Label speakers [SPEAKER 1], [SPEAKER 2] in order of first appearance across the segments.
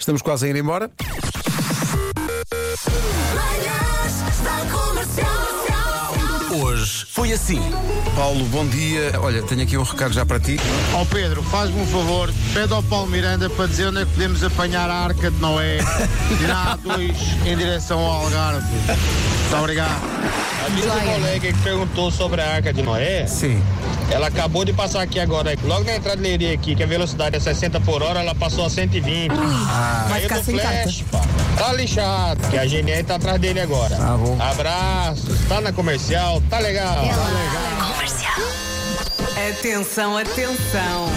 [SPEAKER 1] Estamos quase a ir embora.
[SPEAKER 2] Hoje foi assim.
[SPEAKER 1] Paulo, bom dia. Olha, tenho aqui um recado já para ti.
[SPEAKER 3] Ó Pedro, faz-me um favor, pede ao Paulo Miranda para dizer onde é que podemos apanhar a Arca de Noé, tirar dois em direção ao Algarve. Muito obrigado.
[SPEAKER 4] A minha colega que perguntou sobre a Arca de Noé,
[SPEAKER 1] Sim.
[SPEAKER 4] ela acabou de passar aqui agora, logo na entrada de Leiria aqui, que a velocidade é 60 por hora, ela passou a 120.
[SPEAKER 5] Vai
[SPEAKER 4] Caiu
[SPEAKER 5] ficar
[SPEAKER 4] no
[SPEAKER 5] sem
[SPEAKER 4] flash, pá. Tá lixado, que a GNR tá atrás dele agora.
[SPEAKER 1] Ah, bom.
[SPEAKER 4] Abraço, tá na comercial, tá legal.
[SPEAKER 5] Atenção, atenção.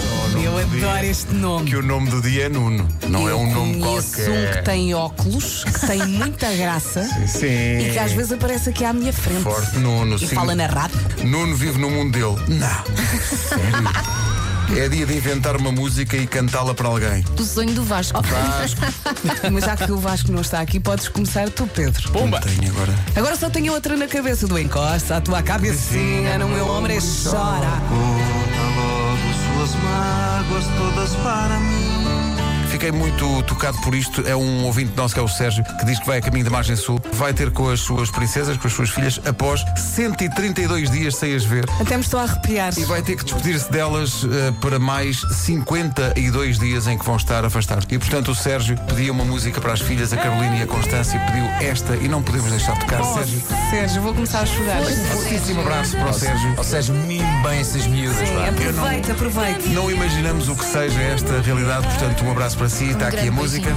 [SPEAKER 5] Eu adoro este nome.
[SPEAKER 1] Que o nome do dia é Nuno. Não é
[SPEAKER 5] Eu
[SPEAKER 1] um nome
[SPEAKER 5] conheço um que
[SPEAKER 1] qualquer.
[SPEAKER 5] tem óculos, que tem muita graça
[SPEAKER 1] Sim.
[SPEAKER 5] e que às vezes aparece aqui à minha frente.
[SPEAKER 1] Forte Nuno.
[SPEAKER 5] E
[SPEAKER 1] sim.
[SPEAKER 5] fala na rádio.
[SPEAKER 1] Nuno vive no mundo dele. Não. Sério. É dia de inventar uma música e cantá-la para alguém.
[SPEAKER 6] O sonho do Vasco.
[SPEAKER 5] Mas já que o Vasco não está aqui, podes começar tu, Pedro.
[SPEAKER 1] Pumba. Tenho agora.
[SPEAKER 5] Agora só tenho outra na cabeça do encosta, a tua cabecinha no meu ombro e chora.
[SPEAKER 1] Fiquei muito tocado por isto. É um ouvinte nosso, que é o Sérgio, que diz que vai a caminho da Margem Sul. Vai ter com as suas princesas, com as suas filhas, após 132 dias sem as ver.
[SPEAKER 5] Até me estou a arrepiar.
[SPEAKER 1] E vai ter que despedir-se delas eh, para mais 52 dias em que vão estar afastados. E portanto o Sérgio pedia uma música para as filhas, a Carolina e a Constância, e pediu esta e não podemos deixar de tocar, Sérgio.
[SPEAKER 5] Oh, Sérgio, vou começar a chorar.
[SPEAKER 1] Fortíssimo abraço para o Sérgio.
[SPEAKER 2] Ou seja, mime bem essas miúdas, pá.
[SPEAKER 5] Aproveita, aproveita.
[SPEAKER 1] Não imaginamos o que seja esta realidade, portanto um abraço para si. Está aqui a
[SPEAKER 6] grande
[SPEAKER 1] música.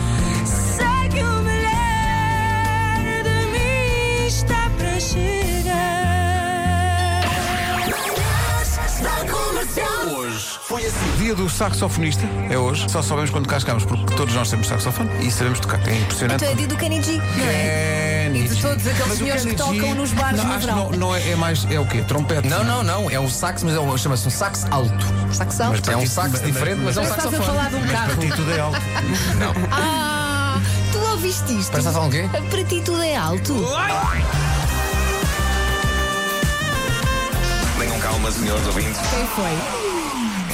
[SPEAKER 7] Segue o melhor de mim está para chegar.
[SPEAKER 2] Hoje foi assim.
[SPEAKER 1] Dia do saxofonista é hoje. Só sabemos quando cá chegamos, porque todos nós temos saxofone e sabemos tocar. É impressionante.
[SPEAKER 6] Então é dia do Kennedy, não é?
[SPEAKER 1] É
[SPEAKER 6] E de
[SPEAKER 1] nítido.
[SPEAKER 6] todos
[SPEAKER 1] Mas
[SPEAKER 6] aqueles
[SPEAKER 1] o
[SPEAKER 6] senhores que
[SPEAKER 1] Kennedy-
[SPEAKER 6] tocam nos bares
[SPEAKER 1] não,
[SPEAKER 6] no
[SPEAKER 1] acho que
[SPEAKER 6] verão.
[SPEAKER 1] não, não é, é mais, é o quê? Trompete?
[SPEAKER 2] Não, não, não. É um sax, mas é um, chama-se um sax alto.
[SPEAKER 6] Saxão.
[SPEAKER 1] Mas
[SPEAKER 2] É um
[SPEAKER 1] Mas-
[SPEAKER 2] sax
[SPEAKER 1] mas-
[SPEAKER 2] diferente, mas é um
[SPEAKER 6] Mas estás a
[SPEAKER 2] saxofone.
[SPEAKER 6] falar de um
[SPEAKER 1] Para
[SPEAKER 6] carro.
[SPEAKER 1] ti tudo é alto.
[SPEAKER 6] Ah, tu ouviste isto?
[SPEAKER 2] Parece que estás a falar um quê?
[SPEAKER 6] Para ti tudo é alto.
[SPEAKER 8] Tenham calma, senhores ouvintes.
[SPEAKER 6] Quem foi?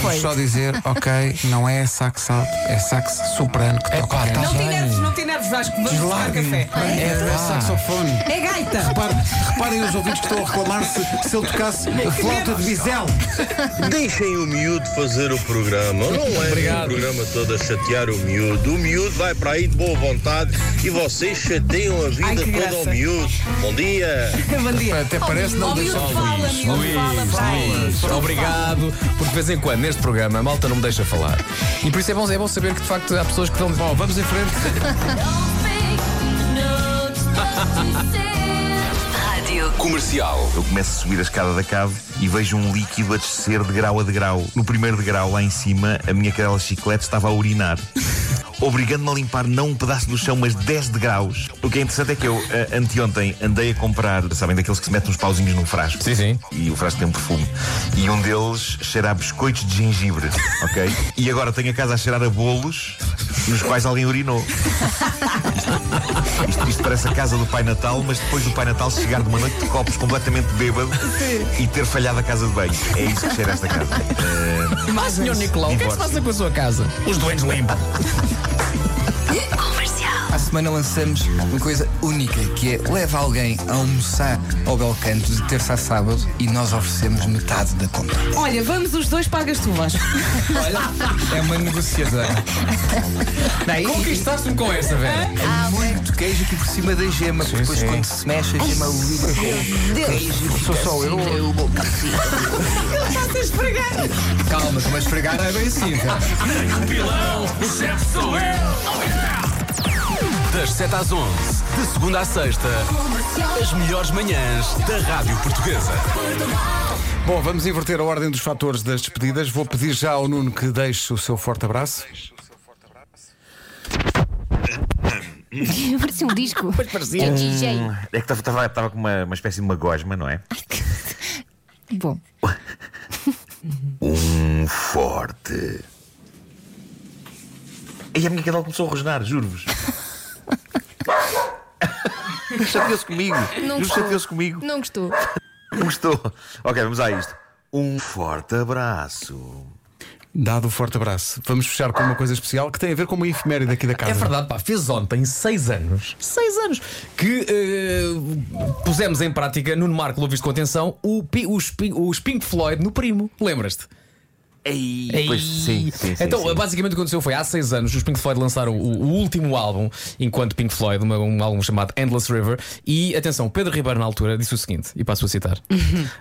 [SPEAKER 1] Vamos Só dizer, ok, não é sax alto, é sax soprano que toca.
[SPEAKER 2] pá, tá
[SPEAKER 5] Não tem
[SPEAKER 2] bem.
[SPEAKER 5] nervos, não tem nervos, Vasco. Vamos tomar café.
[SPEAKER 1] É, é saxofone.
[SPEAKER 5] É gaita.
[SPEAKER 1] Reparem, reparem os ouvidos que estão a reclamar se, se ele tocasse a flauta de bisel.
[SPEAKER 9] Deixem o miúdo fazer o programa. Não levem o programa todo a chatear o miúdo. O miúdo vai para aí de boa vontade e vocês chateiam a vida
[SPEAKER 5] Ai, que
[SPEAKER 9] toda
[SPEAKER 5] graça.
[SPEAKER 9] ao miúdo. Bom dia.
[SPEAKER 5] Bom dia.
[SPEAKER 1] Até parece não
[SPEAKER 5] Miúdo
[SPEAKER 1] deixa.
[SPEAKER 5] fala, miúdo fala, vai.
[SPEAKER 2] Luís, obrigado, porque de vez em quando neste programa a malta não me deixa falar. E por isso é bom, é bom saber que de facto há pessoas que vão dizer, bom, vamos em frente.
[SPEAKER 8] Comercial. Eu começo a subir a escada da cave e vejo um líquido a descer de grau a degrau. No primeiro degrau, lá em cima, a minha cadela chiclete estava a urinar. Obrigando-me a limpar não um pedaço do chão, mas 10 degraus. O que é interessante é que eu, eh, anteontem, andei a comprar, sabem, daqueles que se metem uns pauzinhos num frasco.
[SPEAKER 2] Sim, sim.
[SPEAKER 8] E o frasco tem um perfume. E um deles cheira a biscoitos de gengibre, ok? E agora tenho a casa a cheirar a bolos nos quais alguém urinou. Isto, isto parece a casa do Pai Natal, mas depois do Pai Natal chegar de uma noite de copos completamente bêbado e ter falhado a casa de banho. É isso que cheira esta casa.
[SPEAKER 2] Mas, senhor Nicolau, o que é que se passa com a sua casa? Os doentes limpam.
[SPEAKER 6] Oh,
[SPEAKER 10] À semana lançamos uma coisa única que é leva alguém a almoçar ao Belcanto de terça a sábado e nós oferecemos metade da compra.
[SPEAKER 5] Olha, vamos os dois, pagas tu, Vasco.
[SPEAKER 10] É uma negociadora.
[SPEAKER 2] é Conquistaste-me com essa, velho.
[SPEAKER 10] Muito queijo aqui por cima da gema, porque depois quando se mexe a gema liga com o queijo. Sou só eu.
[SPEAKER 2] Calma, tu vais esfregar, é bem assim, velho.
[SPEAKER 11] Das 7 às 11, de segunda à sexta, as melhores manhãs da Rádio Portuguesa.
[SPEAKER 1] Bom, vamos inverter a ordem dos fatores das despedidas. Vou pedir já ao Nuno que deixe o seu forte abraço.
[SPEAKER 6] Parecia um disco. Pois parecia. DJ.
[SPEAKER 8] É que estava com uma, uma espécie de uma gosma, não é?
[SPEAKER 6] Bom,
[SPEAKER 8] Um forte. E a minha cadela começou a rosnar, juro-vos. Chateou-se comigo.
[SPEAKER 6] Não
[SPEAKER 8] Juro,
[SPEAKER 6] gostou.
[SPEAKER 8] chateou-se comigo.
[SPEAKER 6] não gostou.
[SPEAKER 8] Não gostou. Ok, vamos a isto. Um forte abraço.
[SPEAKER 1] Dado um forte abraço. Vamos fechar com uma coisa especial que tem a ver com uma efeméride aqui da casa.
[SPEAKER 2] É verdade, pá, fez ontem seis anos. Seis anos. Que eh, pusemos em prática, Nuno Marco Luvis de Contenção, o, pi, os, pi- os Pink Floyd no primo. Lembras-te? Ei.
[SPEAKER 8] pois, sim, sim, sim,
[SPEAKER 2] então,
[SPEAKER 8] sim.
[SPEAKER 2] basicamente o que aconteceu foi há seis anos os Pink Floyd lançaram o, o último álbum, enquanto Pink Floyd, uma- um álbum chamado Endless River. E atenção, Pedro Ribeiro na altura disse o seguinte, e passo a citar: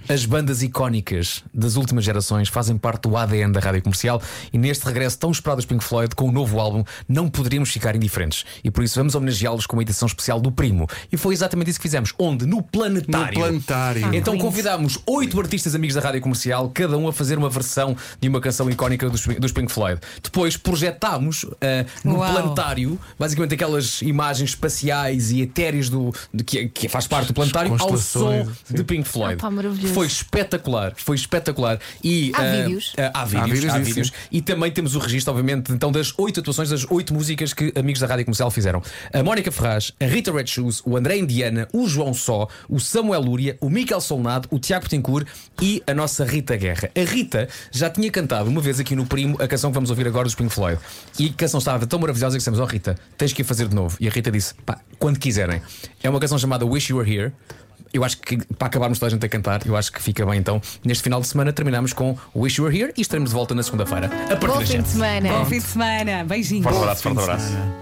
[SPEAKER 2] As bandas icónicas das últimas gerações fazem parte do ADN da rádio comercial e neste regresso tão esperado dos Pink Floyd com o novo álbum não poderíamos ficar indiferentes. E por isso vamos homenageá-los com uma edição especial do Primo. E foi exatamente isso que fizemos, onde? No Planetário.
[SPEAKER 1] No Planetário. Ah,
[SPEAKER 2] Então
[SPEAKER 1] lindo.
[SPEAKER 2] convidámos oito artistas amigos da rádio comercial, cada um a fazer uma versão de uma canção icónica dos, dos Pink Floyd. Depois projetámos ah, no
[SPEAKER 5] Uau.
[SPEAKER 2] Planetário, basicamente aquelas imagens espaciais e etéreas do, de que, que faz parte do Planetário, ao som
[SPEAKER 1] Constelações,
[SPEAKER 2] de Pink Floyd.
[SPEAKER 6] Opa, Ah, maravilhoso.
[SPEAKER 2] Foi espetacular, foi espetacular. E,
[SPEAKER 6] Há
[SPEAKER 2] ah,
[SPEAKER 6] vídeos?
[SPEAKER 2] ah,
[SPEAKER 1] Há
[SPEAKER 2] há vídeos, há
[SPEAKER 1] vídeos
[SPEAKER 2] vídeos,
[SPEAKER 1] disso, sim.
[SPEAKER 2] E também temos o registro, obviamente, então das oito atuações, das oito músicas que amigos da Rádio Comercial fizeram. A Mónica Ferraz, a Rita Red Shoes, o André Indiana, o João Só, o Samuel Lúria, o Miquel Solnado, o Tiago Petincourt e a nossa Rita Guerra. A Rita já tinha cantado uma vez aqui no Primo a canção que vamos ouvir agora dos Pink Floyd. E a canção estava tão maravilhosa que dissemos, ó Rita, tens que a fazer de novo. E a Rita disse, pá, quando quiserem. É uma canção chamada Wish You Were Here. Eu acho que para acabarmos toda a gente a cantar, eu acho que fica bem então. Neste final de semana terminamos com Wish You Were Here e estaremos de volta na segunda-feira. A partir
[SPEAKER 6] Bom
[SPEAKER 2] das
[SPEAKER 6] fim de
[SPEAKER 2] sete.
[SPEAKER 6] semana.
[SPEAKER 5] Bom fim de semana. Beijinhos.
[SPEAKER 8] Forte abraço, forte abraço.